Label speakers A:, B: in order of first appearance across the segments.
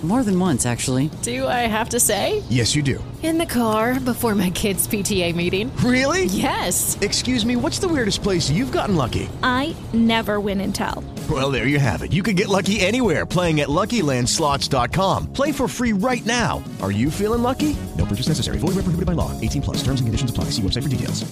A: More than once, actually.
B: Do I have to say?
C: Yes, you do.
D: In the car before my kids' PTA meeting.
C: Really?
D: Yes.
C: Excuse me, what's the weirdest place you've gotten lucky?
E: I never win and tell.
C: Well, there you have it. You can get lucky anywhere playing at LuckyLandSlots.com. Play for free right now. Are you feeling lucky? No purchase necessary. Void where prohibited by law. 18 plus. Terms and conditions apply. See website for details.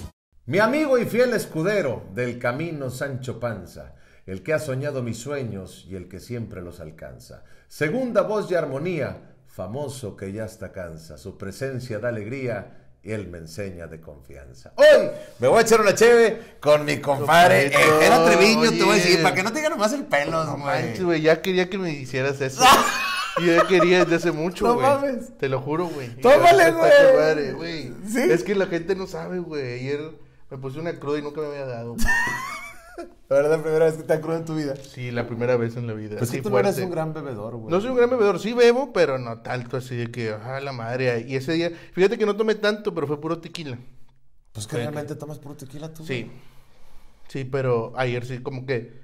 F: Mi amigo y fiel escudero del camino Sancho Panza, el que ha soñado mis sueños y el que siempre los alcanza. Segunda voz de armonía, famoso que ya hasta cansa. Su presencia da alegría. Y él me enseña de confianza. Hoy me voy a echar una cheve con mi compadre eh,
G: Compadrito,
F: Era Treviño, te
G: oye.
F: voy a decir, para que no te diga nomás el pelo, no
G: Manches,
F: manches.
G: güey, ya quería que me hicieras eso. Yo ya quería desde hace mucho,
F: No
G: güey.
F: mames.
G: Te lo juro, güey. Y
F: Tómale,
G: gracias a
F: güey.
G: esta madre, güey.
F: Sí.
G: Es que la gente no sabe, güey. Ayer me puse una cruda y nunca me había dado. güey.
F: La verdad, la primera vez que te acuerdo en tu vida.
G: Sí, la primera vez en la vida.
F: Pues que
G: Así
F: tú no eres
G: fuerte.
F: un gran bebedor, güey.
G: No soy un gran bebedor, sí bebo, pero no tanto así de que, ah, la madre. Y ese día, fíjate que no tomé tanto, pero fue puro tequila.
F: Pues que realmente tomas puro tequila tú.
G: Sí. Sí, pero ayer sí, como que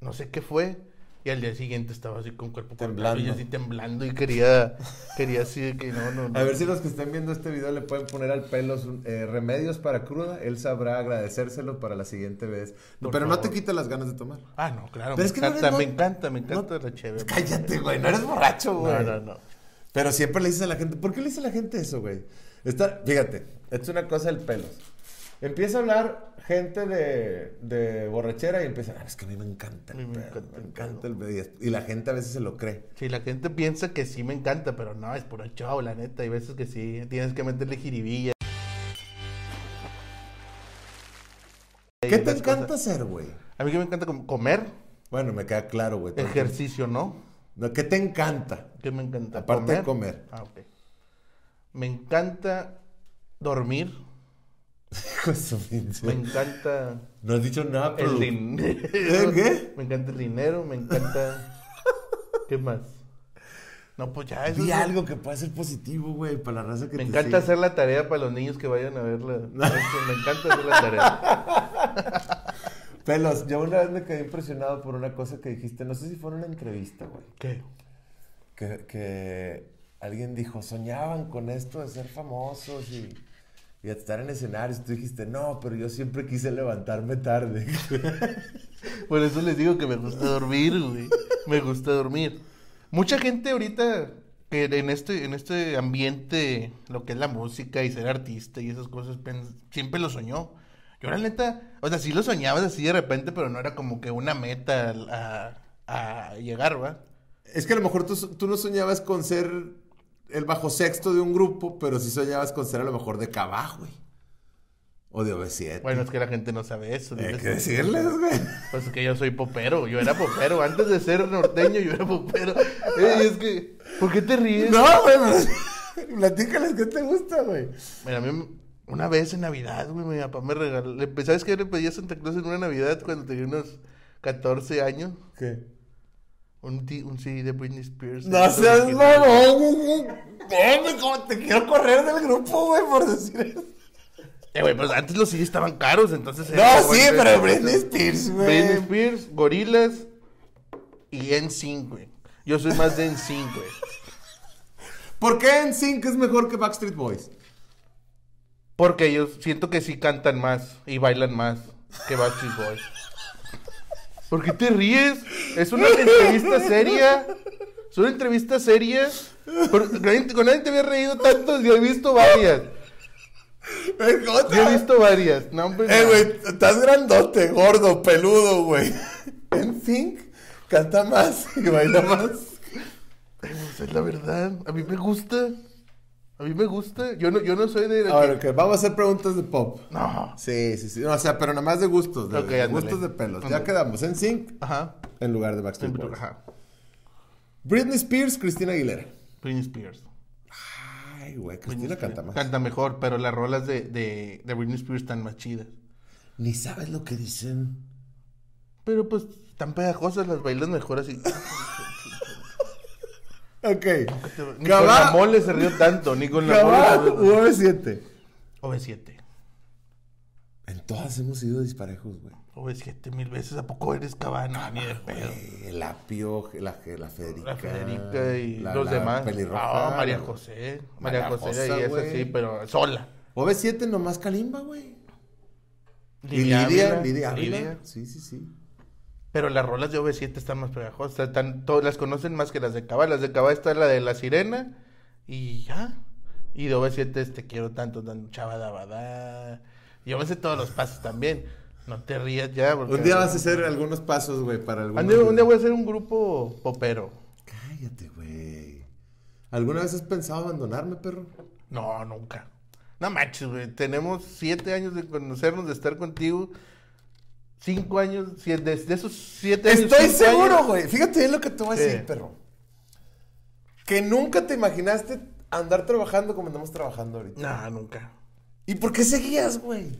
G: no sé qué fue. Y al día siguiente estaba así con cuerpo cortado
F: Temblando.
G: Y así temblando y quería, quería así de que no, no. no.
F: A ver si los que estén viendo este video le pueden poner al pelo su- eh, remedios para cruda. Él sabrá agradecérselo para la siguiente vez. No,
G: Por
F: pero no te
G: favor.
F: quita las ganas de tomar.
G: Ah, no,
F: Pero
G: claro. me,
F: es que no
G: encanta,
F: eres
G: me
F: no-
G: encanta, me encanta,
F: no-
G: la chévere.
F: Cállate, güey. No eres borracho, güey.
G: No, no, no.
F: Pero siempre le dices a la gente, ¿por qué le dice a la gente eso, güey? Está, fíjate, esto es una cosa del pelos. Empieza a hablar gente de, de borrachera y empieza, "Ah, es que a mí me encanta el
G: A mí me
F: pedo,
G: encanta
F: me
G: el
F: encanta el pedo". Y- Y la gente a veces se lo cree.
G: Sí, la gente piensa que sí me encanta, pero no, es puro show, la neta. Hay veces que sí, tienes que meterle jiribilla. Y
F: ¿Qué te
G: otras
F: encanta
G: cosas.
F: hacer, güey?
G: A mí que me encanta com- comer,
F: Bueno, me queda claro, güey. todo.
G: ejercicio, ¿no?
F: No, ¿Qué te encanta?
G: ¿Qué me encanta?
F: Aparte de comer.
G: Ah, ok. Me encanta dormir.
F: Hijo de su pinche-
G: Me encanta
F: No has dicho nada, pero...
G: el dinero.
F: ¿Qué?
G: Me encanta el dinero. Me encanta. ¿Qué más? No, pues ya eso.
F: Di
G: es-
F: algo que pueda ser positivo, güey, para la raza que
G: Me
F: te
G: encanta
F: sigue.
G: hacer la tarea para los niños que vayan a verla. Me encanta hacer la tarea.
F: Pelos, yo una vez me quedé impresionado por una cosa que dijiste. No sé si fue en una entrevista, güey.
G: ¿Qué?
F: que, que alguien dijo, soñaban con esto de ser famosos y, y estar en escenarios. Tú dijiste, no, pero yo siempre quise levantarme tarde.
G: Por eso les digo que me gusta dormir, güey. Me gusta dormir. Mucha gente ahorita que en este, en este ambiente, lo que es la música y ser artista y esas cosas, pens- siempre lo soñó. Yo la neta, o sea, sí lo soñabas así de repente, pero no era como que una meta al- a, a llegar, ¿va?
F: es que a lo mejor tú, tú no soñabas con ser el bajo sexto de un grupo, pero sí soñabas con ser a lo mejor de Cabá, güey. O de OV7.
G: Bueno, pues es que la gente no sabe eso.
F: Hay
G: diles-
F: que decirles, güey.
G: Pues es que yo soy popero, yo era popero. Antes de ser norteño, yo era popero. Ey, es que, ¿por qué te ríes?
F: No, güey. Platícales qué te gusta, güey.
G: Mira, a mí m- una vez en Navidad, güey, mi papá me regaló. le pe- ¿Sabes qué le pedí a Santa Claus en una Navidad cuando tenía unos 14 años?
F: ¿Qué?
G: Un, di- un CD de Britney Spears.
F: No seas mamón, güey. Hombre, cómo te quiero correr del grupo, güey, por decir eso.
G: Eh, güey, pues antes los CD estaban caros, entonces.
F: No,
G: era-
F: sí,
G: bueno,
F: pero
G: era-
F: Britney Spears,
G: Britney
F: güey.
G: Spears, Gorilas y N5, güey. Yo soy más de N5, güey.
F: ¿Por qué en Sync es mejor que Backstreet Boys?
G: Porque ellos siento que sí cantan más y bailan más que Backstreet Boys. ¿Por qué te ríes? Es una entrevista seria. Es una entrevista seria. Pero con nadie- con nadie te había reído tanto. Yo he visto varias. Yo he visto varias. No, hombre,
F: Eh,
G: no.
F: güey, estás grandote, gordo, peludo, güey. En Sync canta más y baila más.
G: Pues es la verdad. A mí me gusta. A mí me gusta. Yo no, yo no soy de.
F: A ver, ok, vamos a hacer preguntas de pop.
G: No.
F: Sí, sí, sí. No, o sea, pero nada más de gustos. De,
G: Ok,
F: de
G: ándale.
F: gustos de pelos. Ya
G: Ándale.
F: quedamos en Sync
G: Ajá.
F: en lugar de Backstreet Boys.
G: Ajá.
F: Britney Spears, Cristina Aguilera.
G: Britney Spears.
F: Ay, güey, Cristina canta más.
G: Canta mejor, pero las rolas de, de, de Britney Spears están más chidas.
F: Ni sabes lo que dicen.
G: Pero pues, tan pegajosas, las bailas mejor así.
F: Ok.
G: Ni con la
F: Gabá,
G: mole se rió tanto, ni con la mole.
F: Gabá,
G: se rió tanto.
F: V7.
G: OV7.
F: En todas hemos sido disparejos, güey.
G: OV7 mil veces. ¿A poco eres
F: Ah,
G: cabana? Ni de pedo.
F: Eh, La Pio, la, la Federica.
G: La Federica y
F: la-
G: los
F: la
G: demás.
F: pelirroja.
G: Ah, María José. María,
F: María
G: José,
F: Josa,
G: y esa
F: güey.
G: sí, pero sola.
F: OV7 nomás Kalimba, güey. Y
G: Lidia
F: Lidia,
G: Ávila,
F: Lidia Ávila.
G: Lidia.
F: Sí, sí, sí.
G: Pero las rolas de OV7 están más pegajosas. Están, todas las conocen más que las de Cabá. Las de Cabá está la de La Sirena y ya. Y de OV7 es Te quiero tanto, tan chava dabada. Yo me sé todos los pasos también. No te rías ya. Porque...
F: Un día vas a hacer algunos pasos, güey, para algunos...
G: Un día- un día voy a hacer un grupo popero.
F: Cállate, güey. ¿Alguna vez has pensado abandonarme, perro?
G: No, nunca. No manches, güey. Tenemos siete años de conocernos, de estar contigo. Cinco años, si- de, de esos siete años.
F: Estoy
G: cinco
F: seguro,
G: años-
F: güey. Fíjate bien lo que te voy a
G: Sí.
F: decir, perro. Que nunca te imaginaste andar trabajando como andamos trabajando ahorita.
G: No, nunca.
F: ¿Y por qué seguías, güey?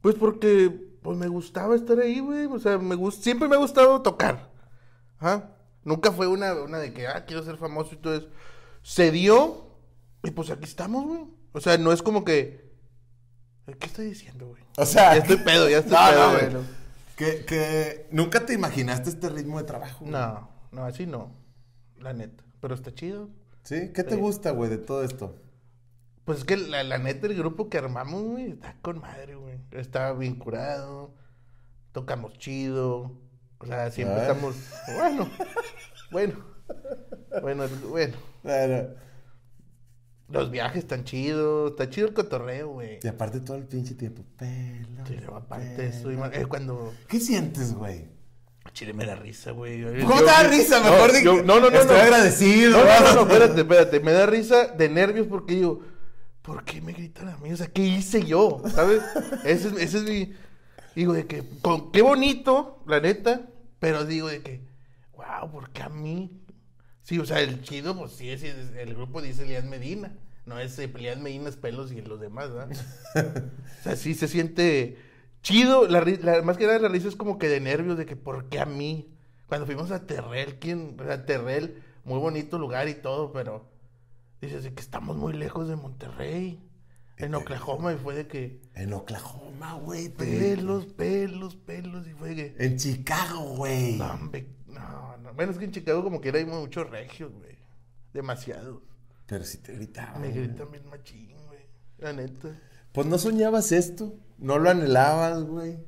G: Pues porque pues me gustaba estar ahí, güey. O sea, me gust- siempre me ha gustado tocar. Ajá. Nunca fue una, una de que, ah, quiero ser famoso y todo eso. Se dio y pues aquí estamos, güey. O sea, no es como que... ¿Qué estoy diciendo, güey?
F: O sea,
G: Ya estoy pedo, ya estoy
F: No,
G: pedo,
F: no,
G: güey.
F: güey. que, que nunca te imaginaste este ritmo de trabajo. güey.
G: No, no, así no. La neta. Pero está chido.
F: ¿Sí? ¿Qué te gusta, güey, de todo esto?
G: Pues es que la, la neta, el grupo que armamos, güey, está con madre, güey. Está bien curado. Tocamos chido. O sea, siempre
F: Ah.
G: estamos. Bueno, bueno. Bueno, bueno.
F: Bueno,
G: Los viajes están chidos. Está chido el cotorreo, güey.
F: y aparte todo el pinche tiempo. Pelo.
G: Sí, luego aparte de eso, ima- es cuando.
F: ¿Qué sientes, güey?
G: Chile me da risa, güey.
F: ¿Cómo te
G: Yo-
F: da
G: yo-
F: risa?
G: no,
F: Mejor di-
G: yo- No, no, no.
F: Estoy
G: no.
F: agradecido.
G: No, no, no, no,
F: ¿no?
G: espérate, espérate. Me da risa de nervios porque digo, ¿por qué me gritan a mí? O sea, ¿qué hice yo? ¿Sabes? Ese es, ese es mi. Digo, de que, con, qué bonito, la neta, pero digo de que, wow, ¿por qué a mí? Sí, o sea, el chido, pues sí, es, es- el grupo dice Elías Medina, no es eh, Elías Medina, es pelos y los demás, ¿verdad? o sea, sí se siente chido, la, ri- la- más que nada la risa es como que de nervios, de que, ¿por qué a mí? Cuando fuimos a Terrell, ¿quién? O sea, Terrell, muy bonito lugar y todo, pero dices de que estamos muy lejos de Monterrey, en Oklahoma, y fue de que...
F: En Oklahoma, güey. te-
G: Pelos, pelos, pelos, y fue que...
F: En Chicago, güey.
G: No, hombre, no, no. Bueno, es que en Chicago como que era hay muchos regios, güey. Demasiado.
F: Pero si te gritaba.
G: Me gritan bien machín, güey. La neta.
F: Pues no soñabas esto. No lo anhelabas, güey.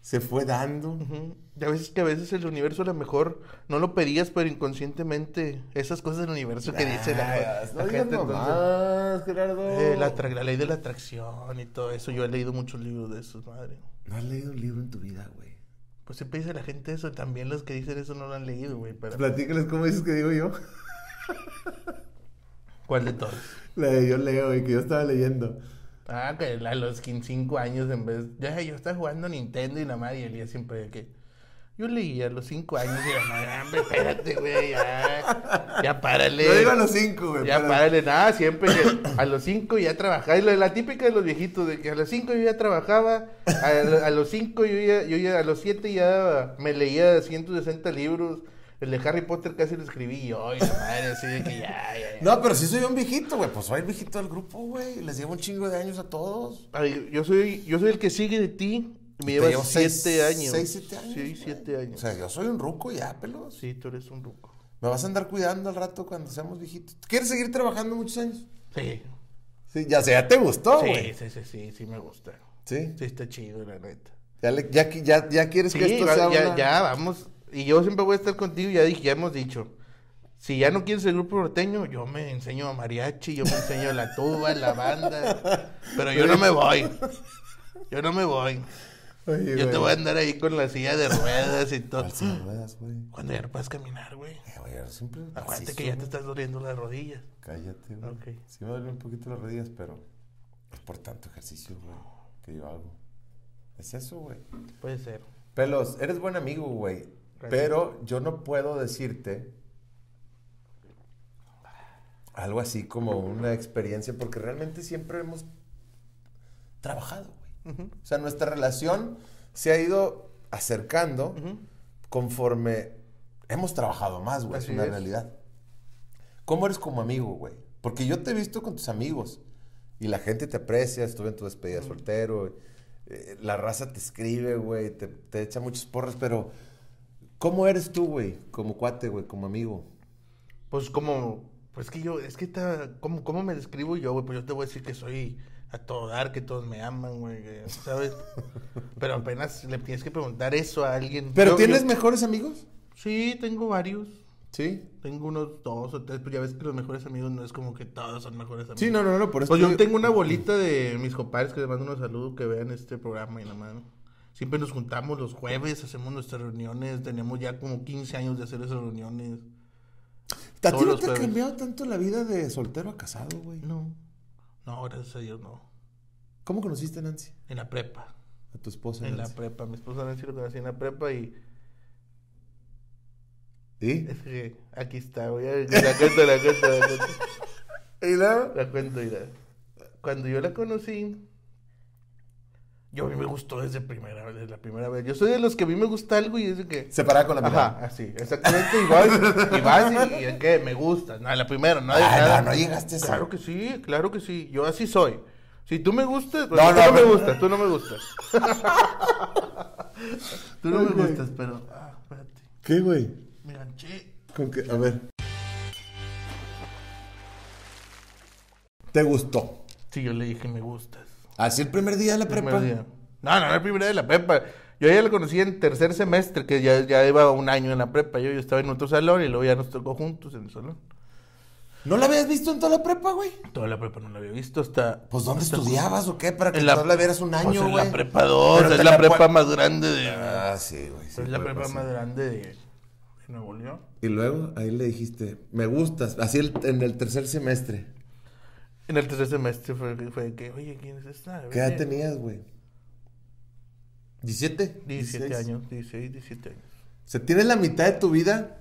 F: Se fue dando.
G: Ujú. Y a veces que a veces el universo a lo mejor no lo pedías, pero inconscientemente esas cosas del universo que dice la,
F: Ah,
G: la
F: no digas
G: entonces,
F: mamadas, Gerardo.
G: eh, la, tra- la ley de la atracción y todo eso. Yo he leído muchos libros de esos, madre.
F: No has leído un libro en tu vida, güey.
G: Pues siempre dice la gente eso. También los que dicen eso no lo han leído, güey. Pero...
F: Platícales cómo dices que digo yo.
G: ¿Cuál de todos?
F: La de yo leo y que yo estaba leyendo.
G: Ah, que a los 15, 5 años en vez... Ya, yo estaba jugando Nintendo y la madre y el día siempre de que... Yo leía a los 5 años y la madre, "Ah, hombre, espérate, güey, ya. Ya párale.
F: Lo digo a los cinco, güey.
G: Ya
F: pero-
G: párale, nada, siempre que a los 5 ya trabajaba. Y la, la típica de los viejitos, de que a los 5 yo ya trabajaba, a, a los 5 yo ya, yo ya, a los 7 ya me leía 160 libros. El de Harry Potter casi lo escribí yo, y la madre, así de que ya, ya, ya.
F: No, pero sí soy un viejito, güey. Pues soy el viejito del grupo, güey. Les llevo un chingo de años a todos.
G: Ay, yo soy, yo soy el que sigue de ti. Me
F: Te llevo
G: llevas siete
F: seis-
G: años.
F: seis, siete años,
G: Sí,
F: güey.
G: siete años.
F: O sea, yo soy un ruco ya, pelos.
G: sí, tú eres un ruco.
F: Me vas a andar cuidando al rato cuando seamos viejitos. ¿Quieres seguir trabajando muchos años?
G: Sí. Oh,
F: Sí, ya sé, ya te gustó,
G: Sí,
F: güey.
G: sí, sí, sí, sí, me gusta.
F: Sí.
G: Sí, está chido, la neta.
F: Ya, le- ya, qui- ya, ya quieres
G: Sí,
F: que esto
G: va-
F: sea
G: ya,
F: una-
G: ya, vamos. Y yo siempre voy a estar contigo, ya dije, ya hemos dicho. Si ya no quieres el grupo norteño, yo me enseño a mariachi, yo me enseño la tuba, la banda. Pero yo no me voy. Yo no me voy.
H: Oye,
G: Yo te
H: güey.
G: voy a andar ahí con la silla de ruedas y todo.
F: ¿Cuál silla de ruedas, güey?
G: Cuando ya no puedes caminar, güey.
F: Eh, güey, ahora siempre
G: Acuérdate
F: macizo,
G: que ya te
F: güey.
G: estás doliendo las rodillas.
F: Cállate, güey.
G: Ok.
F: Sí me duelen un poquito las rodillas, pero es por tanto ejercicio, güey, que yo hago. Es eso, güey.
G: Puede ser.
F: Pelos, eres buen amigo, güey. Pero yo no puedo decirte algo así como una experiencia, porque realmente siempre hemos trabajado, güey. O sea, nuestra relación se ha ido acercando conforme hemos trabajado más, güey. Es
G: Así
F: una
G: es.
F: realidad. ¿Cómo eres como amigo, güey? Porque yo te he visto con tus amigos y la gente te aprecia. Estuve en tu despedida soltero. eh, la raza te escribe, güey. Te, te echa muchos porras, pero ¿cómo eres tú, güey? Como cuate, güey, como amigo.
G: Pues como, pues que yo, es que ta- ¿cómo, cómo me describo yo, güey? Pues yo te voy a decir que soy a todo dar, que todos me aman, güey, que, ¿sabes? Pero apenas le tienes que preguntar eso a alguien.
F: ¿Pero
G: Yo-
F: tienes
G: yo-
F: mejores amigos?
G: Sí, tengo varios.
F: Sí.
G: Tengo unos dos o tres, pero ya ves que los mejores amigos no es como que todos son mejores amigos.
F: Sí, no, no, no, por eso.
G: Pues
F: te
G: yo
F: digo-
G: tengo una bolita de mis compadres que les mando un saludo que vean este programa y la mano. Siempre nos juntamos los jueves, hacemos nuestras reuniones, tenemos ya como 15 años de hacer esas reuniones.
F: ¿A ti
G: todos
F: no
G: los
F: te ha
G: jueves.
F: cambiado tanto la vida de soltero a casado, güey?
G: No, no, gracias a Dios no.
F: ¿Cómo conociste a Nancy?
G: En la prepa,
F: A tu esposa.
G: en la
F: Nancy.
G: prepa. Mi esposa Nancy lo conocí en la prepa y
F: ¿Y?
G: es que aquí está, voy a la cuento, la cuento, la cuento.
F: ¿Y luego?
G: La cuento, mira. Cuando yo la conocí, yo a mí me gustó desde primera vez, desde la primera vez. Yo soy de los que a mí me gusta algo y es de que...
F: Se paraba con la mirada.
G: Ajá, así, exactamente igual. Y vas y, y es que me gusta. No, la primera, no hay
F: Ah,
G: nada.
F: no, no llegaste a eso.
G: Claro que sí, claro que sí. Yo así soy. Si tú me gustas,
F: No,
G: no,
F: no,
G: tú no, me
F: pero-
G: gustas, tú no me gustas. tú no me gustas, pero. Ah, espérate.
F: ¿Qué, güey?
G: Me ganché.
F: Con que, a ver. ¿Te gustó?
G: Sí, yo le dije, me gustas.
F: Así el primer día de la prepa.
G: Primer día. No, no, no, el primer día de la prepa. Yo ya la conocí en tercer semestre, que ya, ya iba un año en la prepa. Yo, yo estaba en otro salón y luego ya nos tocó juntos en el salón.
F: ¿No la habías visto en toda la prepa, güey?
G: Toda la prepa no la había visto hasta
F: Pues ¿dónde estudiabas o qué? Para que
G: En la-
F: no la vieras un
G: Pues
F: año, güey.
G: en la prepa 2,
F: Pero
G: es
F: te
G: la
F: la pon-
G: prepa más grande de...
F: Ah, sí, güey. sí
G: es Pues, la
F: puede
G: prepa
F: pasar.
G: más grande de, de Nuevo León.
F: Y luego ahí le dijiste, me gustas. Así el- en el tercer semestre.
G: En el tercer semestre fue, fue que, oye, ¿quién es esta?
F: ¿Qué edad
G: Vete.
F: tenías, güey? ¿17?
G: 17
F: 16.
G: años, 16, 17 años.
F: O sea, tienes la mitad de tu vida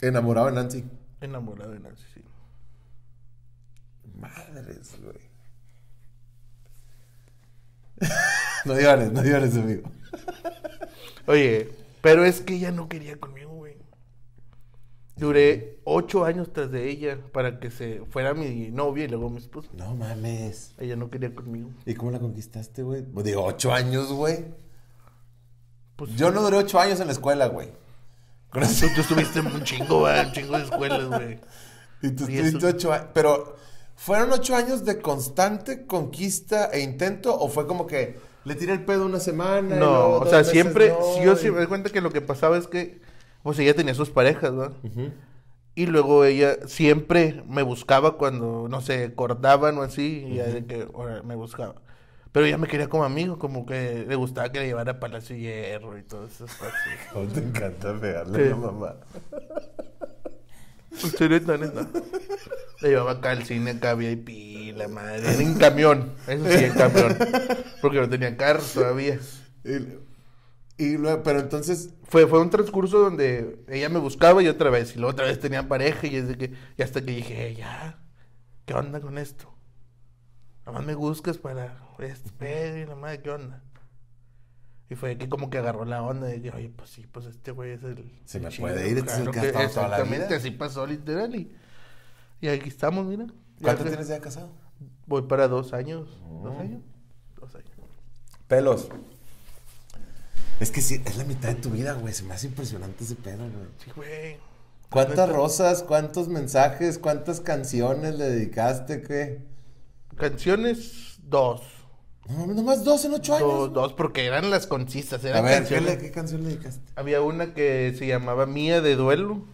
F: enamorado de Nancy.
G: Enamorado de Nancy, sí.
F: Madres, güey. No llores, no llores, amigo.
G: Oye, pero es que ella no quería conmigo, güey. Duré 8 años tras de ella para que se fuera mi novia y luego mi esposa.
F: No mames.
G: Ella no quería conmigo.
F: ¿Y cómo la conquistaste, güey? Pues, Digo, ocho años, güey.
G: Pues-
F: Yo no duré ocho años en la escuela, güey.
G: Tú, tú estuviste en un chingo, va, un chingo de escuelas, güey.
F: Y tú
G: Y
F: estuviste
G: eso-
F: ocho años. Pero, ¿fueron ocho años de constante conquista e intento? ¿O fue como que le tiré el pedo una semana? y
G: No,
F: luego
G: o
F: dos
G: sea,
F: meses
G: siempre,
F: no,
G: yo
F: y-
G: siempre me doy cuenta que lo que pasaba es que, pues ella tenía sus parejas, ¿verdad? Y luego ella siempre me buscaba cuando, no sé, cortaban o así, y ya de que ahora, me buscaba. Pero ella me quería como amigo, como que le gustaba que le llevara a Palacio de Hierro y todas esas cosas.
F: Oh, te encanta pegarle a la
G: ¿Qué?
F: mamá.
G: En serio, neta, neta. Le llevaba acá al cine, acá VIP, la madre, en camión, eso sí, en camión, porque no tenía carro todavía.
F: Y, y luego, pero entonces,
G: fue, fue un transcurso donde ella me buscaba y otra vez, y luego otra vez tenían pareja, y, es de que, y hasta que dije, "Eh, ya, ¿qué onda con esto? Nada más me buscas para este pedo y la madre, ¿qué onda? Y fue que como que agarró la onda y dije, oye, pues sí, pues este güey es el.
F: Se
G: el
F: me
G: chido,
F: puede ir, este es el que ha estado toda la vida.
G: Exactamente, así pasó literal. Y, y aquí estamos, mira. Ya
F: ¿cuánto
G: que-
F: tienes Oh. ya casado?
G: Voy para dos años. ¿Dos años? Dos años.
F: Pelos. Es que sí, es la mitad de tu vida, güey. Se me hace impresionante ese pedo, güey.
G: Sí, güey.
F: ¿Cuántas rosas, cuántos mensajes, cuántas canciones le dedicaste, qué?
G: Canciones, dos.
F: No, nomás dos en ocho años.
G: Dos, dos, porque eran las concistas,
F: A
G: eran
F: ver, ¿qué,
G: canciones.
F: le- qué canción le dedicaste?
G: Había una que se llamaba Mía de Duelo.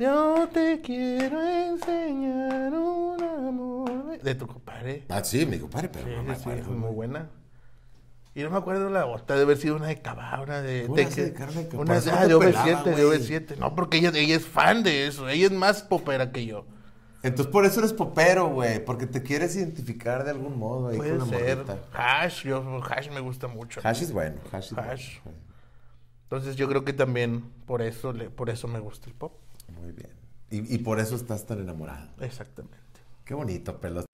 G: Yo te quiero enseñar un amor. De tu compadre.
F: Ah, sí, me digo, pare, pero
G: Sí,
F: no me
G: sí,
F: acuerdo.
G: muy buena. Y no me acuerdo la otra, debe haber sido una de Cabá, una de...
F: Una así de carne que
G: una
F: parece
G: ah, de
F: una
G: OV7,
F: pelada,
G: de
F: güey.
G: OV7. No, porque ella, ella es fan de eso, ella es más popera que yo.
F: Entonces por eso eres popero, güey. Porque te quieres identificar de algún modo ahí
G: Puede
F: con la
G: ser.
F: morrita.
G: Hash, yo, Hash me gusta mucho.
F: Hash es bueno. Hash es
G: Hash.
F: bueno.
G: Entonces yo creo que también por eso, le, por eso me gusta el pop.
F: Muy bien. Y, y por eso estás tan enamorado.
G: Exactamente.
F: Qué bonito, pelos.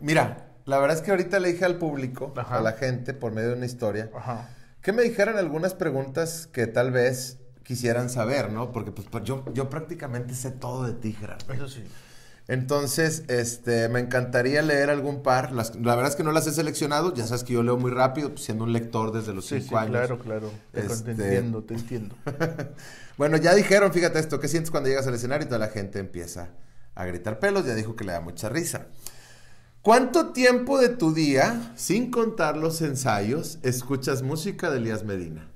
F: Mira, la verdad es que ahorita le dije al público,
G: Ajá.
F: a la gente, por medio de una historia,
G: Ajá.
F: que me dijeran algunas preguntas que tal vez quisieran saber, ¿no? Porque pues, pues, yo, yo prácticamente sé todo de ti, Gerardo.
G: Eso sí.
F: Entonces, este, me encantaría leer algún par. Las- la verdad es que no las he seleccionado. Ya sabes que yo leo muy rápido, pues, siendo un lector desde los
G: Sí,
F: cinco
G: sí,
F: años.
G: claro, claro. Te,
F: Este-
G: te entiendo, te entiendo.
F: Bueno, ya dijeron, fíjate esto, ¿qué sientes cuando llegas al escenario y toda la gente empieza a gritar pelos? Ya dijo que le da mucha risa. ¿Cuánto tiempo de tu día, sin contar los ensayos, escuchas música de Elías Medina?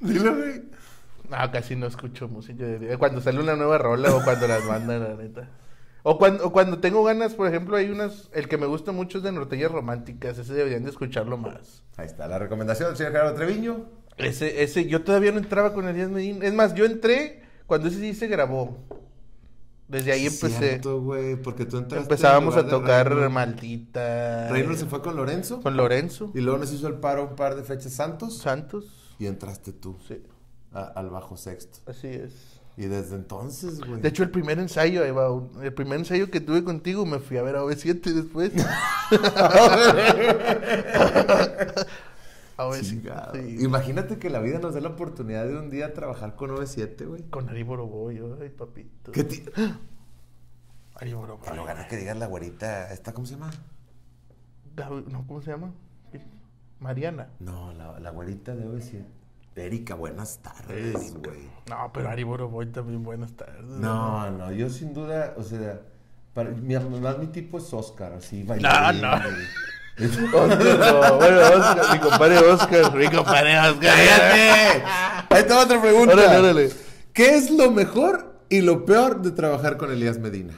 F: Dilo, güey.
G: No, Ah, casi no escucho música. de- Cuando sale una nueva rola o cuando las mandan, la neta. O cuando, o cuando tengo ganas, por ejemplo, hay unas. El que me gusta mucho es de norteñas románticas. Ese deberían de escucharlo más.
F: Ahí está la recomendación del señor Gerardo Treviño.
G: Ese, ese, yo todavía no entraba con Elías Medina. Es más, yo entré cuando ese sí se grabó. Desde ahí empecé.
F: Cierto, güey, porque tú entraste en
G: Empezábamos
F: lugar
G: a
F: de
G: tocar
F: Reynolds.
G: Maldita. eh,
F: Reynolds se fue con Lorenzo
G: Con Lorenzo
F: y luego nos hizo el paro un par de fechas Santos.
G: Santos.
F: Y entraste tú
G: Sí,
F: a- al bajo sexto.
G: así es.
F: Y desde entonces, güey.
G: De hecho, el primer ensayo, ahí va, un- el primer ensayo que tuve contigo, me fui a ver a OV7 después. a
F: Chingado.
G: OV7. sí.
F: Imagínate que la vida nos dé la oportunidad de un día trabajar con OV7, güey.
G: Con Ari Boroboy, ay, papito.
F: Que ti-
G: Ari Boroboy.
F: A lo ganas que digas la güerita, ¿esta cómo se llama?
G: Gabi- no, ¿cómo se llama? Mariana.
F: No, la, la güerita de OV7. Erika, buenas tardes, güey.
G: No, pero Ari Boroboy también, buenas tardes.
F: No, no, yo sin duda, o sea, para, mi, más mi tipo es Oscar, así,
G: bailarín,
F: No, no.
G: güey. Oscar, no, bueno, Oscar, mi compadre Oscar, mi compadre Oscar.
F: Ahí está otra pregunta.
G: Órale, órale.
F: ¿Qué es lo mejor y lo peor de trabajar con Elías Medina?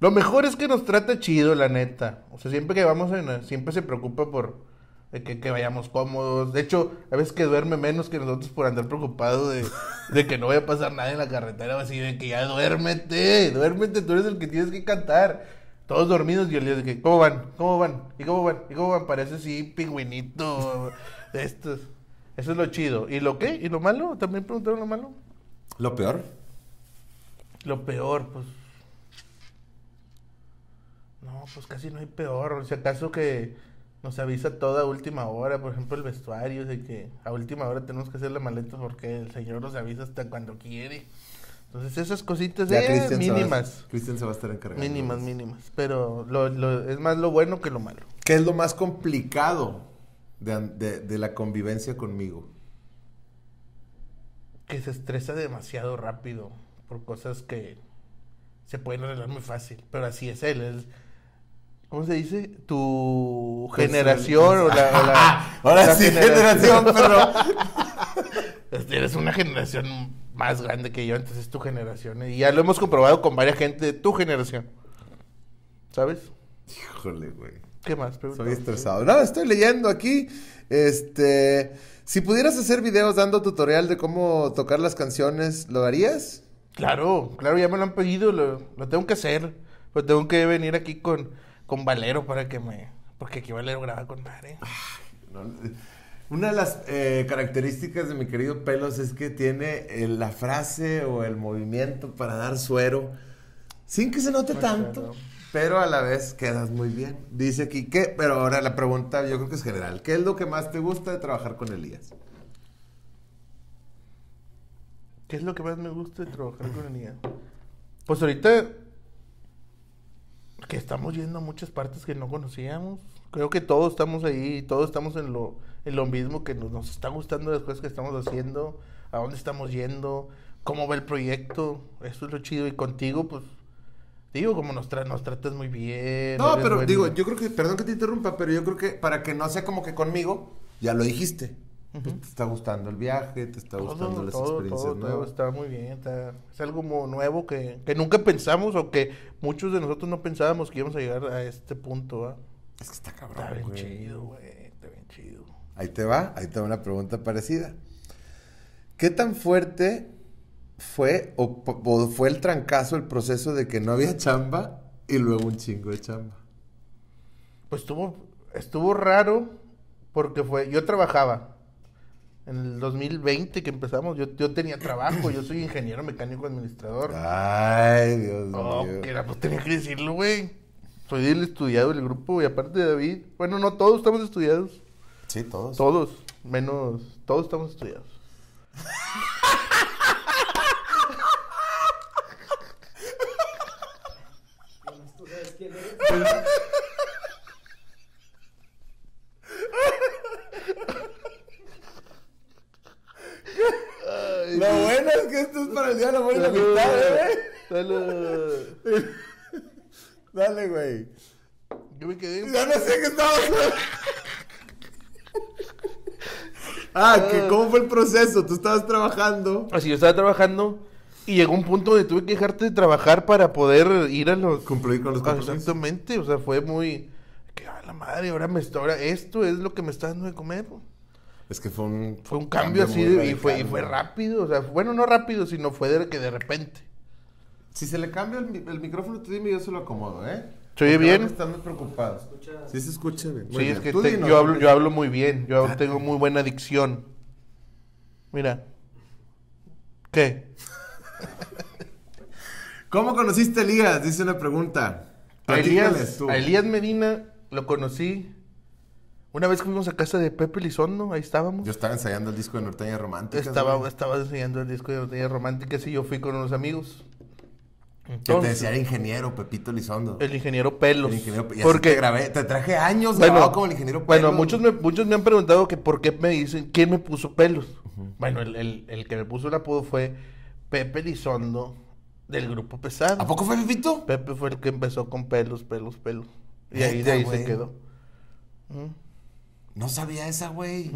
G: Lo mejor es que nos trata chido, la neta. O sea, siempre que vamos, en- siempre se preocupa por eh, que, que vayamos cómodos. De hecho, a veces que duerme menos que nosotros por andar preocupado de, de que no vaya a pasar nada en la carretera. o Así de que ya duérmete, duérmete, tú eres el que tienes que cantar. Todos dormidos y Elías de que, ¿cómo van? ¿Cómo van? ¿Y cómo van? ¿Y cómo van? Parece así pingüinito de estos. Eso es lo chido. ¿Y lo qué? ¿Y lo malo? ¿También preguntaron lo malo?
F: ¿Lo peor?
G: Lo peor, pues. No, pues casi no hay peor. O sea, acaso que nos avisa toda a última hora, por ejemplo, el vestuario, de que a última hora tenemos que hacer la maleta porque el señor nos avisa hasta cuando quiere. Entonces, esas cositas eh, mínimas.
F: Cristian se va a estar encargando.
G: Mínimas, mínimas. Pero lo, lo- es más lo bueno que lo malo.
F: ¿Qué es lo más complicado de, an- de- de la convivencia conmigo?
G: Que se estresa demasiado rápido por cosas que se pueden arreglar muy fácil. Pero así es él. él- ¿Cómo se dice? Tu
F: Pues,
G: generación o la. o la- la
F: pero...
G: Este, Eres una generación más grande que yo, entonces es tu generación. Y ya lo hemos comprobado con varias gente de tu generación. ¿Sabes?
F: Híjole, güey.
G: ¿Qué más? Pregunta.
F: Soy estresado. No, estoy leyendo aquí. Este... Si pudieras hacer videos dando tutorial de cómo tocar las canciones, ¿lo harías?
G: Claro, claro, ya me lo han pedido, lo, lo tengo que hacer. Pero tengo que venir aquí con, con Valero para que me. Porque aquí Valero graba con madre.
F: No, Una de las eh, características de mi querido Pelos es que tiene eh, la frase o el movimiento para dar suero sin que se note tanto, pero a la vez quedas muy bien. Dice aquí que, pero ahora la pregunta yo creo que es general. ¿Qué es lo que más te gusta de trabajar con Elías?
G: ¿Qué es lo que más me gusta de trabajar con el hígado? Pues ahorita que estamos yendo a muchas partes que no conocíamos. Creo que todos estamos ahí, todos estamos en lo, en lo mismo, que nos, nos está gustando las cosas que estamos haciendo, a dónde estamos yendo, cómo va el proyecto. Eso es lo chido. Y contigo, pues, digo, como nos, tra- nos tratas muy bien.
F: No,
G: eres
F: pero
G: buen-
F: digo, yo creo que, perdón que te interrumpa, pero yo creo que para que no sea como que conmigo, ya lo dijiste. pues, te está gustando el viaje, te está gustando
G: Todo,
F: las
G: todo,
F: experiencias
G: todo, todo
F: nuevas.
G: está muy bien. está- es algo mo- nuevo que, que nunca pensamos o que muchos de nosotros no pensábamos que íbamos a llegar a este punto. ¿va?
F: Es que está cabrón.
G: Está bien
F: Ah, güey.
G: chido, güey. Está bien chido.
F: Ahí te va, ahí te va una pregunta parecida. ¿Qué tan fuerte fue o, po- o fue el trancazo, el proceso de que no había chamba y luego un chingo de chamba?
G: Pues estuvo, estuvo raro porque fue, yo trabajaba. En el 2020 que empezamos, yo, yo tenía trabajo, yo soy ingeniero mecánico administrador.
F: Ah, Ay, Dios
G: Oh,
F: mío.
G: que era, pues tenía que decirlo, güey. Soy el estudiado del grupo y aparte de David, bueno, no todos estamos estudiados.
F: Sí, todos.
G: Todos, menos. Todos estamos estudiados.
F: Lo bueno es que esto es para el día de la buena amistad, ¿eh?
G: Salud.
F: Dale, güey.
G: Yo me quedé.
F: Ya no sé qué estaba Ah, que cómo fue el proceso. Tú estabas trabajando.
G: Así yo estaba trabajando y llegó un punto donde tuve que dejarte de trabajar para poder ir a los.
F: Cumplir con los
G: Ah,
F: compromisos.
G: Exactamente, o sea, fue muy. Que a la madre, ahora me está. Ahora esto es lo que me está dando de comer.
F: Es que fue un,
G: Fue un cambio, así
F: muy
G: de- y fue, y
F: radical,
G: fue
F: ¿no?
G: rápido. O sea, bueno, no rápido, sino fue de que de repente.
F: Si se le cambia el, mi- el micrófono, tú dime y yo se lo acomodo, ¿eh?
G: ¿Se oye
F: Porque van a
G: bien?
F: estar muy preocupados. Sí, se escucha bien. Muy
G: Sí, es
F: bien.
G: que
F: Tú
G: te-
F: dinos, Ah.
G: yo, hablo,
F: porque-
G: yo hablo muy bien, yo tengo muy buena dicción. Mira. ¿Qué?
F: ¿Cómo conociste a Elías? Dice una pregunta.
G: A
F: Platícales
G: Elías,
F: tú.
G: a Elías Medina lo conocí una vez que fuimos a casa de Pepe Lizondo, ahí estábamos.
F: Yo estaba ensayando el disco de Norteña Romántica.
G: estaba, estaba enseñando el disco de Botellas Románticas y yo fui con unos amigos.
F: Que te
G: Entonces,
F: decía el ingeniero Pepito Lizondo.
G: el ingeniero Pelos.
F: El ingeniero. Y así
G: porque
F: te grabé. Te traje años
G: Bueno,
F: grabado como el ingeniero
G: bueno
F: Pelo.
G: muchos, me, muchos me han preguntado que por qué me dicen, ¿quién me puso pelos? Bueno, el, el- el que me puso el apodo fue Pepe Lizondo del grupo pesado.
F: ¿A poco fue Pepito?
G: Pepe fue el que empezó con pelos, pelos, pelos. Y ahí,
F: Neta,
G: de ahí
F: güey.
G: se quedó.
F: No sabía esa, güey.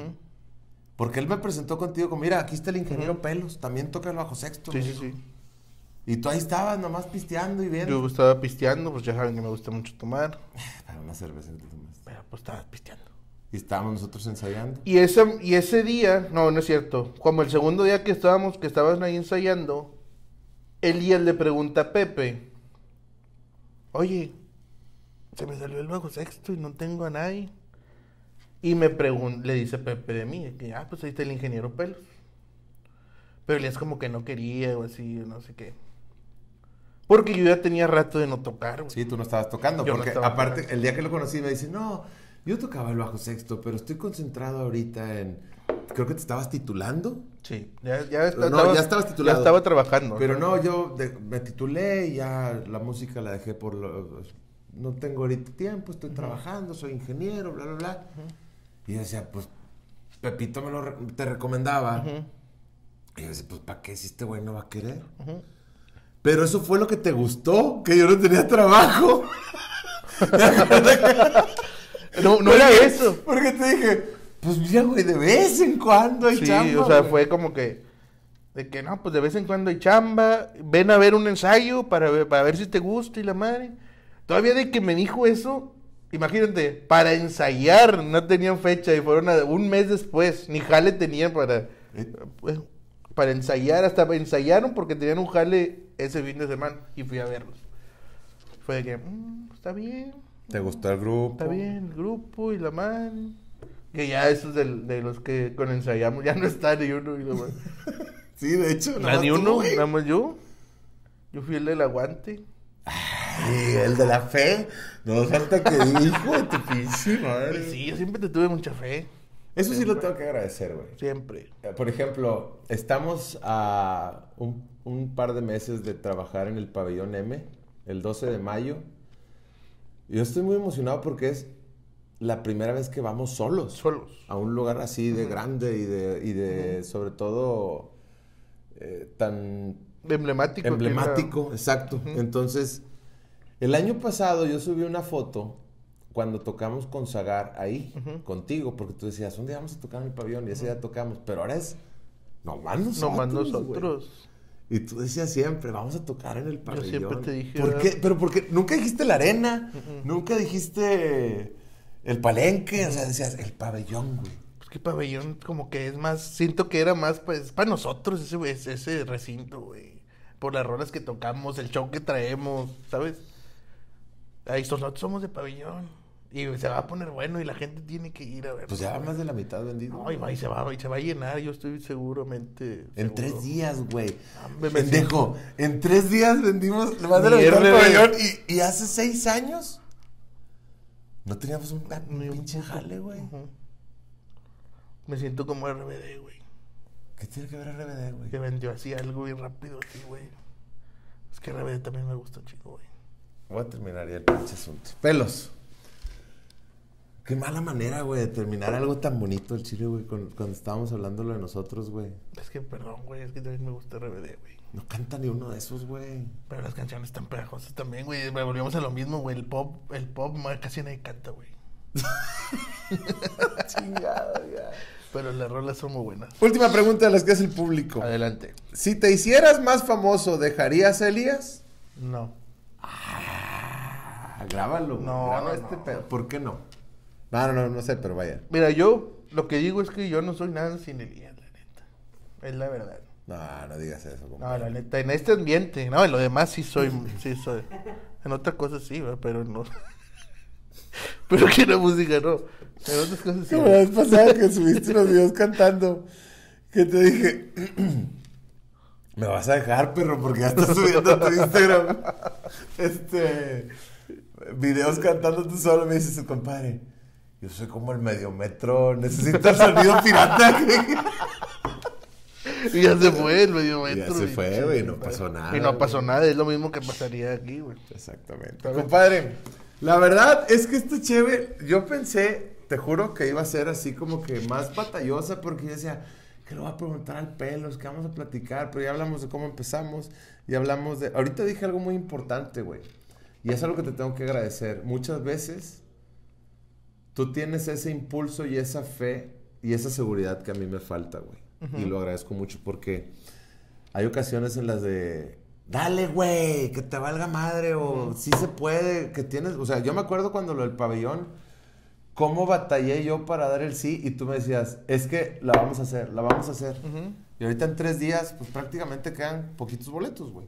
F: Porque él me presentó contigo como, mira, aquí está el ingeniero Pelos, también toca el bajo sexto.
G: Sí,
F: me
G: sí,
F: dijo.
G: sí.
F: Y tú ahí estabas nomás pisteando y viendo.
G: Yo estaba pisteando, pues ya saben que me gusta mucho tomar.
F: Para Ah, una cerveza que te tomaste.
G: Pero pues estaba pisteando.
F: Y estábamos nosotros ensayando.
G: Y ese, y ese día, no, no es cierto. Como el segundo día que estábamos, que estaban ahí ensayando, Elías le pregunta a Pepe: Oye, se me salió el bajo sexto y no tengo a nadie. Y me pregun- le dice Pepe de mí, que ah, pues ahí está el ingeniero Pelos. Pero Elías como que no quería o así, no sé qué. Porque yo ya tenía rato de no tocar, güey.
F: Sí, tú no estabas tocando.
G: Yo no
F: porque
G: estaba
F: aparte,
G: tocando.
F: el día que lo conocí me dice, no, yo tocaba el bajo sexto, pero estoy concentrado ahorita en... Creo que te estabas titulando.
G: Sí, ya, ya,
F: No,
G: estaba-
F: ya estabas titulado.
G: Ya estaba trabajando.
F: Pero no, yo de- me titulé y ya la música la dejé por... lo- no tengo ahorita tiempo, estoy trabajando, soy ingeniero, bla, bla, bla. Y yo decía, pues, Pepito me lo re- te recomendaba. Y yo decía, pues, ¿para qué si este güey no va a querer? Pero eso fue lo que te gustó, que yo no tenía trabajo.
G: no, no era eso.
F: Porque te dije, pues mira, güey, de vez en cuando hay
G: Sí,
F: chamba,
G: o sea,
F: güey.
G: fue como que. De que no, pues de vez en cuando hay chamba. Ven a ver un ensayo para ver, para ver si te gusta y la madre. Todavía de que me dijo eso, imagínate, para ensayar no tenían fecha y fueron a- un mes después. Ni jale tenían para.
F: Eh.
G: pues, Para ensayar, hasta ensayaron porque tenían un jale ese fin de semana y fui a verlos. Fue de que, "Mm, está bien,
F: ¿Te gustó el grupo?
G: Está bien, el grupo y la man. Que ya esos del- de, los que con ensayamos ya no está ni uno y la man.
F: Sí, de hecho. nada más
G: ni
F: tú,
G: uno,
F: güey.
G: nada más yo. Yo fui el del aguante.
F: Sí, el de la fe. No falta que hijo de tu pinche
G: Y
F: madre.
G: Pues sí, yo siempre te tuve mucha fe.
F: Eso sí lo tengo que agradecer, güey.
G: Siempre.
F: Eh, Por ejemplo, estamos a un, un par de meses de trabajar en el pabellón M, el 12 de mayo. Yo estoy muy emocionado porque es la primera vez que vamos solos.
G: Solos.
F: A un lugar así de grande y de, y de sobre todo, eh, tan
G: Emblemático. que era-
F: emblemático, exacto. Entonces, el año pasado yo subí una foto cuando tocamos con Zagar ahí, contigo, porque tú decías, un día vamos a tocar en el pabellón y ese día tocamos, pero ahora es nomás nosotros.
G: Nomás
F: güey.
G: nosotros.
F: Y tú decías siempre, vamos a tocar en el pabellón.
G: siempre te dije,
F: ¿Por
G: ¿verdad?
F: qué? Pero porque nunca dijiste la arena, nunca dijiste el palenque, o sea, decías el pabellón, güey.
G: Pues que pabellón como que es más, siento que era más pues para nosotros ese, güey, ese- ese recinto, güey. Por las rolas que tocamos, el show que traemos, ¿sabes? Ahí so- nosotros somos de pabellón. Y se va a poner bueno y la gente tiene que ir a ver.
F: Pues ya más de la mitad vendido.
G: No, y va, y se va, y se va a llenar, yo estoy seguramente.
F: en
G: seguro.
F: tres días, güey.
G: me- me
F: Pendejo, en tres días vendimos más de la mitad
G: Mierda,
F: del
G: güey.
F: pabellón. Y, y hace seis años no teníamos un, ah, un
G: Ni un
F: pinche
G: puto.
F: jale, güey.
G: Me siento como RBD, güey.
F: ¿Qué tiene que ver RBD, güey?
G: Que vendió así algo bien rápido, así, güey. Es que RBD también me gusta, chico, güey.
F: Voy a terminar ya el pinche asunto. Pelos. Qué mala manera, güey, de terminar algo tan bonito el chile, güey, con- cuando estábamos hablando lo de nosotros, güey.
G: Es que, perdón, güey, es que también me gusta RBD, güey.
F: No canta ni uno de esos, güey.
G: Pero las canciones están pegajosas también, güey. Me Volvemos a lo mismo, güey. El pop, el pop ma- casi nadie canta, güey.
F: Chingado, ya.
G: Pero las rolas son muy buenas.
F: Última pregunta de las que es el público.
G: Adelante.
F: Si te hicieras más famoso, ¿dejarías a Elías?
G: No.
F: Ah, grábalo. güey,
G: No,
F: graba
G: no,
F: este
G: no.
F: pedo. ¿Por qué no? No, no, no, no sé, pero vaya.
G: Mira, yo lo que digo es que yo no soy nada sin Elías, la neta. Es la verdad.
F: No, no digas eso. compadre.
G: No, la neta, en este ambiente, no, en lo demás sí soy, sí soy. En otra cosa sí, ¿verdad? pero no. Pero que en la música no. En otras cosas sí.
F: Como la vez pasada que subiste los videos cantando, que te dije, me vas a dejar, perro, porque ya estás subiendo a tu Instagram. Este, videos cantando tú solo, me dices, compadre, yo soy como el mediometro, necesito el sonido pirata.
G: Y ya se fue el medio metro.
F: se
G: y-
F: fue, güey, no pasó nada,
G: Y no
F: güey.
G: pasó nada, es lo mismo que pasaría aquí, güey.
F: Exactamente. Compadre, la verdad es que esta cheve, yo pensé, te juro que iba a ser así como que más batallosa porque yo decía, que lo va a preguntar al pelos, que vamos a platicar, pero ya hablamos de cómo empezamos y hablamos de... Ahorita dije algo muy importante, güey. Y es algo que te tengo que agradecer. Muchas veces tú tienes ese impulso y esa fe y esa seguridad que a mí me falta, güey. Y lo agradezco mucho porque hay ocasiones en las de, dale, güey, que te valga madre o sí se puede, que tienes, o sea, yo me acuerdo cuando lo del pabellón, cómo batallé yo para dar el sí y tú me decías, es que la vamos a hacer, la vamos a hacer. Y ahorita en tres días, pues prácticamente quedan poquitos boletos, güey.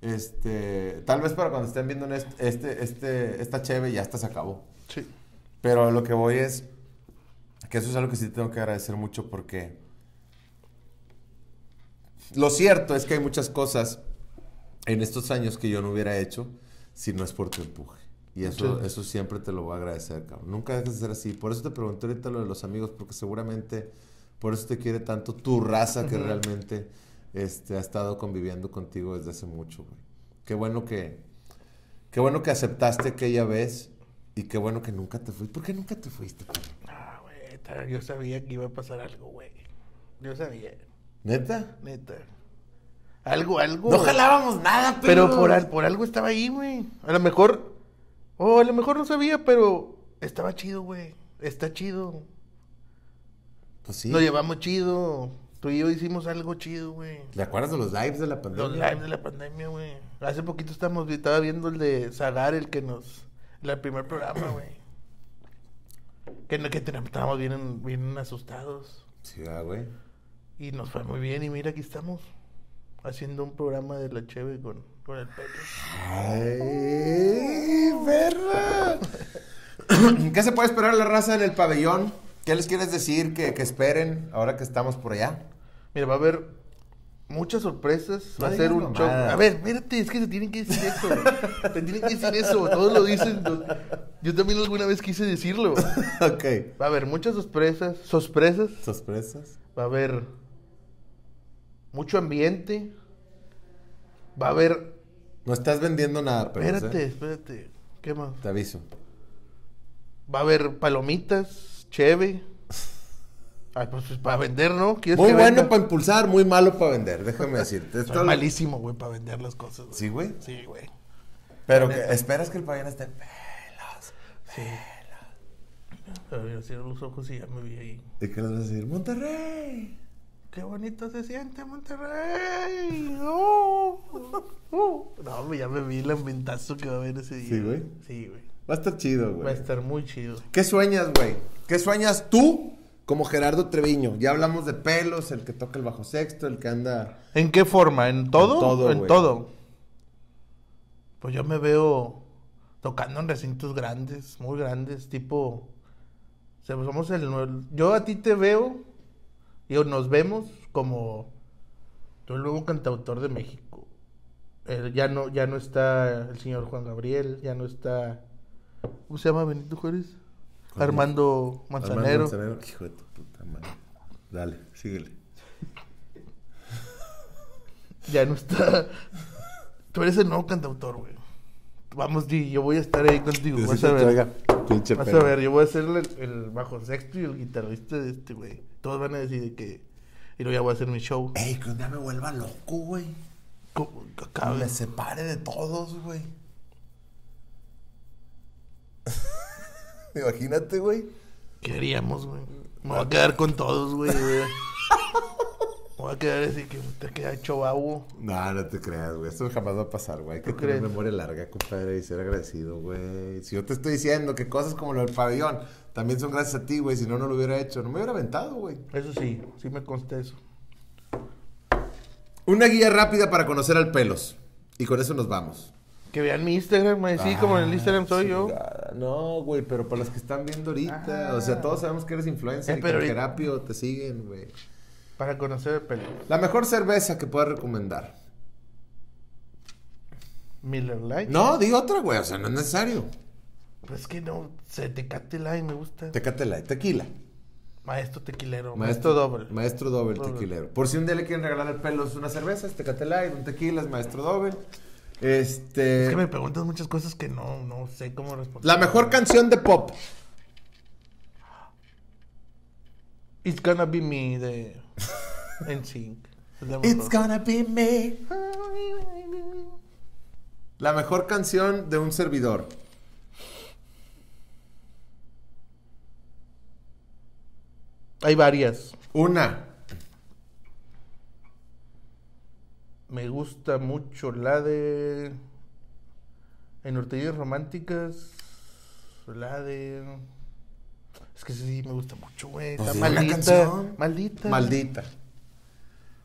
F: Este, tal vez para cuando estén viendo en est- este, este, esta cheve ya hasta se acabó.
G: Sí.
F: Pero lo que voy es que eso es algo que sí tengo que agradecer mucho porque lo cierto es que hay muchas cosas en estos años que yo no hubiera hecho si no es por tu empuje. Y eso, eso siempre te lo voy a agradecer, cabrón. Nunca dejes de ser así. Por eso te pregunté ahorita lo de los amigos, porque seguramente por eso te quiere tanto tu raza que realmente este, ha estado conviviendo contigo desde hace mucho, güey. Qué bueno que, qué bueno que aceptaste aquella vez y qué bueno que nunca te fuiste. ¿Por qué nunca te fuiste? cabrón?
G: Ah, güey, ta- yo sabía que iba a pasar algo, güey. Yo sabía,
F: ¿Neta?
G: neta. Algo, algo.
F: No jalábamos nada,
G: Pero
F: pelos.
G: por, al- por algo estaba ahí, güey. A lo mejor. O a lo mejor no sabía, pero estaba chido, güey. Está chido.
F: Pues sí.
G: Lo llevamos chido. Tú y yo hicimos algo chido, güey.
F: ¿Te acuerdas de los lives de la pandemia?
G: Los lives de la pandemia, güey. Hace poquito estamos, estaba viendo el de Zagar, el que nos. la- El primer programa, güey. Que, no- que ten- estábamos bien, bien asustados.
F: Sí, ah, güey.
G: Y nos fue muy bien. Y mira, aquí estamos. Haciendo un programa de la Cheve con, con el pelo.
F: ¡Ay, perra! ¿Qué se puede esperar la raza en el pabellón? ¿Qué les quieres decir que, que esperen ahora que estamos por allá?
G: Mira, va a haber muchas sorpresas.
F: No
G: va a ser
F: digas
G: un show.
F: mamadas.
G: A ver, espérate, es que te tienen que decir eso. te tienen que decir eso. Todos lo dicen. lo- Yo también alguna vez quise decirlo. Va
F: ok.
G: a haber muchas sorpresas. Sorpresas.
F: ¿Sorpresas?
G: Va a haber mucho ambiente. Va a haber.
F: No estás vendiendo nada, pero.
G: Espérate, espérate. ¿Qué más?
F: Te aviso.
G: Va a haber palomitas, cheve. Ay, pues pues, para vender, ¿no? ¿Quieres
F: Muy
G: que
F: bueno pues,
G: venda?
F: para impulsar, muy malo para vender, déjame decirte. Esto
G: Soy malísimo, güey, para vender las cosas. güey.
F: Sí, güey.
G: Sí, güey.
F: Pero que esperas que el pabellón esté. Pelos.
G: Pero yo cierro los ojos y ya me vi ahí.
F: ¿Y qué les vas a decir? ¡Monterrey!
G: ¡Qué bonito se siente Monterrey! ¡Oh! ¡Oh! No, hombre, ya me vi el ambientazo que va a haber ese día.
F: Sí, güey.
G: Sí, güey.
F: Va a estar chido,
G: Va a
F: güey.
G: estar muy chido.
F: Pues, ¿Qué sueñas, güey? ¿Qué sueñas tú como Gerardo Treviño? Ya hablamos de pelos, el que toca el bajo sexto, el que anda...
G: ¿En qué forma? ¿En todo?
F: En todo,
G: En
F: güey.
G: todo. Pues yo me veo tocando en recintos grandes, muy grandes, tipo. o sea, pues somos el nue- Yo a ti te veo y o nos vemos como tú el nuevo cantautor de México. Eh, ya no, ya no está el señor Juan Gabriel, ya no está. ¿Cómo se llama Benito Juárez? Armando Manzanero.
F: Armando Manzanero. Hijo de tu puta madre. Dale, síguele.
G: Ya no está. Tú eres el nuevo cantautor, güey. Vamos, G, yo voy a estar ahí contigo. Vas a ver.
F: Pinche
G: Vas a
F: pelo.
G: ver, yo voy a ser el, el bajo sexto y el guitarrista de este, güey. Todos van a decir de que. Y luego ya voy a hacer mi show.
F: Ey, que un día me vuelva loco, güey.
G: ¿Cómo? Acá,
F: Me separe de todos, güey. Imagínate, güey.
G: ¿Qué haríamos, güey? Me voy a quedar con todos, güey. güey. Me voy a quedar así que te queda hecho babo.
F: No, no te creas, güey. Esto jamás va a pasar, güey. Hay que
G: ¿Tú
F: tener
G: crees?
F: memoria larga, compadre, y ser agradecido, güey. Si yo te estoy diciendo que cosas como lo del pabellón también son gracias a ti, güey. Si no, no lo hubiera hecho. No me hubiera aventado, güey.
G: Eso sí, sí me consta eso.
F: Una guía rápida para conocer al pelos. Y con eso nos vamos.
G: Que vean mi Instagram, güey. Sí, como en el Instagram soy yo.
F: Chingada. No, güey, pero para los que están viendo ahorita, o sea, todos sabemos que eres influencer
G: Eh,
F: Ah. y que
G: pero
F: en
G: ahorita-
F: terapio te siguen, güey.
G: Para conocer el pelo.
F: La mejor cerveza que puedas recomendar.
G: Miller Lite.
F: No, di otra, güey, o sea, no es necesario.
G: Pues es que no, se te cate la y me gusta.
F: Tecate la tequila.
G: Maestro tequilero,
F: Maestro
G: maestro, doble.
F: este Maestro doble,
G: Doble.
F: tequilero. Por si un día le quieren regalar al pelos una cerveza, este Light, un tequila, es maestro doble. Este.
G: es que me preguntas muchas cosas que no, no sé cómo responder.
F: La mejor canción de pop.
G: It's gonna be me de NSYNC. Es la
F: It's
G: mejor.
F: gonna be me. La mejor canción de un servidor.
G: Hay varias.
F: Una.
G: Me gusta mucho la de En Orteguillas Románticas. La de Es que sí, me gusta mucho, güey.
F: Pues
G: Está
F: sí, una
G: maldita.
F: canción.
G: Maldita.
F: Maldita.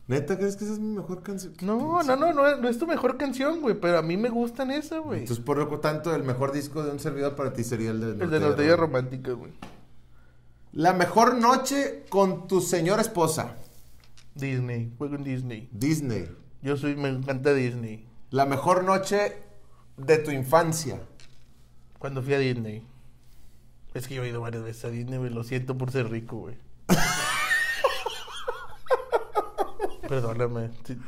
F: ¿Neta crees que esa es mi mejor canción?
G: No, no, no, no, es- no es tu mejor canción, güey, pero a mí me gustan esa, güey.
F: Entonces, por lo tanto, el mejor disco de un servidor para ti sería el de
G: El de
F: Norteña
G: Norteña
F: Romántica.
G: Romántica, güey.
F: La mejor noche con tu señora esposa.
G: Disney, juego en Disney.
F: Disney.
G: Yo soy, me encanta Disney.
F: La mejor noche de tu infancia.
G: Cuando fui a Disney. Es que yo he ido varias veces a Disney, güey. Lo siento por ser rico, güey. perdóname. sí,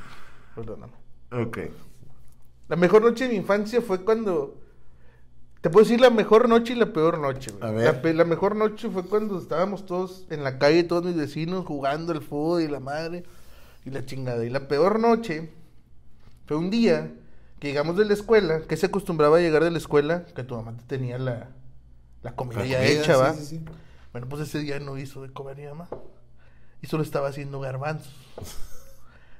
G: perdóname.
F: Ok.
G: La mejor noche de mi infancia fue cuando. Te puedo decir la mejor noche y la peor noche, güey.
F: A ver.
G: La, pe- la mejor noche fue cuando estábamos todos en la calle, todos mis vecinos, jugando al fútbol y la madre y la chingada. Y la peor noche fue un día que llegamos de la escuela, que se acostumbraba a llegar de la escuela, que tu mamá te tenía la, la comida ya hecha, ¿va?
F: sí, sí.
G: Bueno, pues ese día no hizo de comer mi mamá. Y solo estaba haciendo garbanzos.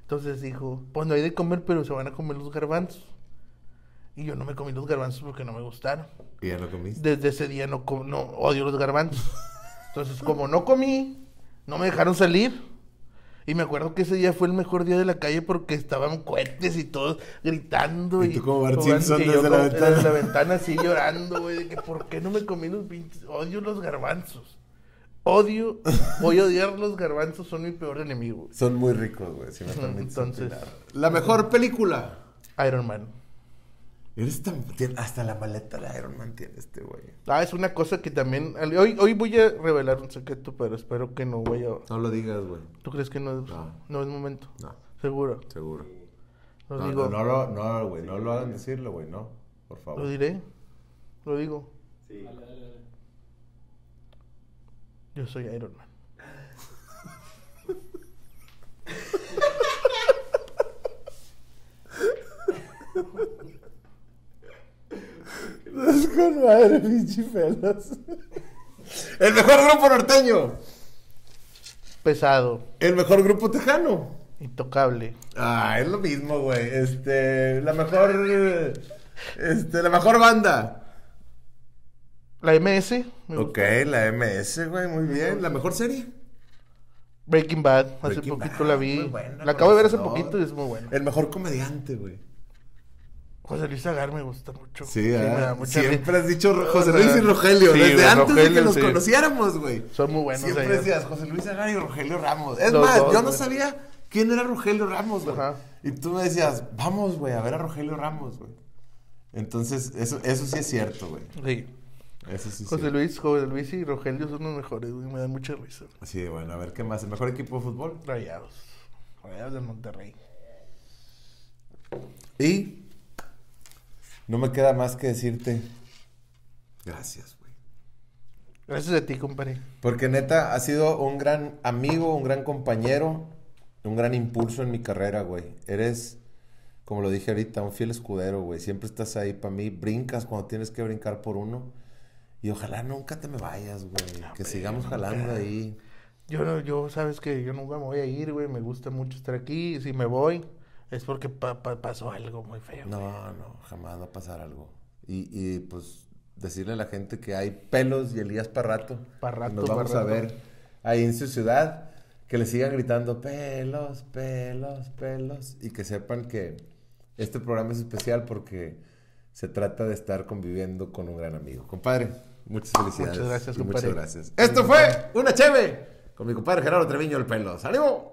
G: Entonces dijo, pues no hay de comer, pero se van a comer los garbanzos. Y yo no me comí los garbanzos porque no me gustaron.
F: ¿Y ya lo comiste?
G: Desde ese día no, com- no odio los garbanzos. Entonces, como no comí, no me dejaron salir. Y me acuerdo que ese día fue el mejor día de la calle porque estaban cohetes y todos gritando.
F: Y
G: Y,
F: tú como Bart
G: jugando,
F: Simpson
G: y yo
F: desde la
G: como-
F: ventana.
G: desde la ventana así llorando, güey, de que por qué no me comí los pinches. Odio los garbanzos. Odio, voy a odiar los garbanzos, son mi peor enemigo.
F: Son muy ricos, güey, si me permites
G: Entonces,
F: opinar. La mejor película.
G: Iron Man.
F: Eres tan. tien- Hasta la maleta de Iron Man tiene este, güey.
G: Ah, es una cosa que también. Hoy, hoy voy a revelar un secreto, pero espero que no vaya a
F: No lo digas, güey.
G: ¿Tú crees que no es,
F: No.
G: no. es momento?
F: No.
G: Seguro.
F: Seguro.
G: Lo
F: No,
G: digo.
F: no, no, lo- no, güey. No lo hagan decirlo, güey. No. Por
G: Lo
F: favor.
G: diré. Lo digo. Yo soy Iron Man.
F: Es Con madre, pinche pelos. El mejor grupo norteño.
G: Pesado,
F: El mejor grupo tejano.
G: intocable.
F: Ah, es lo mismo, güey. Este, la mejor. eh, Este, la mejor banda.
G: La MS, me gusta.
F: Ok, la MS, güey, muy bien. La mejor serie.
G: Breaking Bad, hace
F: Breaking
G: poquito
F: Bad,
G: la vi.
F: muy buena,
G: la acabo de ver hace
F: conocedor.
G: poquito y es muy buena.
F: El mejor comediante, güey.
G: José Luis Agar me gusta mucho.
F: Sí,
G: me
F: ah,
G: da mucha
F: siempre
G: risa.
F: has dicho Ro- José
G: O sea,
F: Luis y Rogelio.
G: sí,
F: desde
G: güey,
F: antes de
G: Rogelio,
F: que los
G: sí.
F: conociéramos, güey.
G: Son muy buenos
F: Siempre
G: ellos.
F: decías José Luis Agar y Rogelio Ramos. Es
G: Los
F: más,
G: dos,
F: yo no
G: güey.
F: sabía quién era Rogelio Ramos, güey.
G: Ajá.
F: Y tú me decías, vamos, güey, a ver a Rogelio Ramos, güey. Entonces, eso, eso sí es cierto, güey.
G: Sí.
F: Eso sí es
G: José
F: cierto.
G: Luis, José Luis y Rogelio son los mejores, güey, me dan mucha risa.
F: Sí, bueno, a ver qué más. ¿El mejor equipo de fútbol?
G: Rayados. Rayados del Monterrey.
F: Y no me queda más que decirte gracias, güey.
G: Gracias a ti, compadre.
F: Porque neta, ha sido un gran amigo, un gran compañero, un gran impulso en mi carrera, güey. Eres, como lo dije ahorita, un fiel escudero, güey. Siempre estás ahí para mí, brincas cuando tienes que brincar por uno. Y ojalá nunca te me vayas, güey. que sigamos jalando ahí.
G: Yo, no- yo sabes que yo nunca me voy a ir, güey. Me gusta mucho estar aquí. Y si me voy, es porque pa- pa- pasó algo muy feo. güey.
F: No, no, jamás va a pasar algo. Y, y, pues decirle a la gente que hay pelos y Elías para rato.
G: Pa'
F: Y
G: rato,
F: Nos
G: pa'
F: vamos a
G: rato.
F: ver ahí en su ciudad. Que le sigan gritando pelos, pelos, pelos. Y que sepan que este programa es especial porque se trata de estar conviviendo con un gran amigo. Compadre, muchas felicidades.
G: Muchas gracias,
F: y Muchas
G: compadre.
F: gracias. Esto fue Una Cheve con mi compadre Gerardo Treviño el Pelos. ¡Ánimo!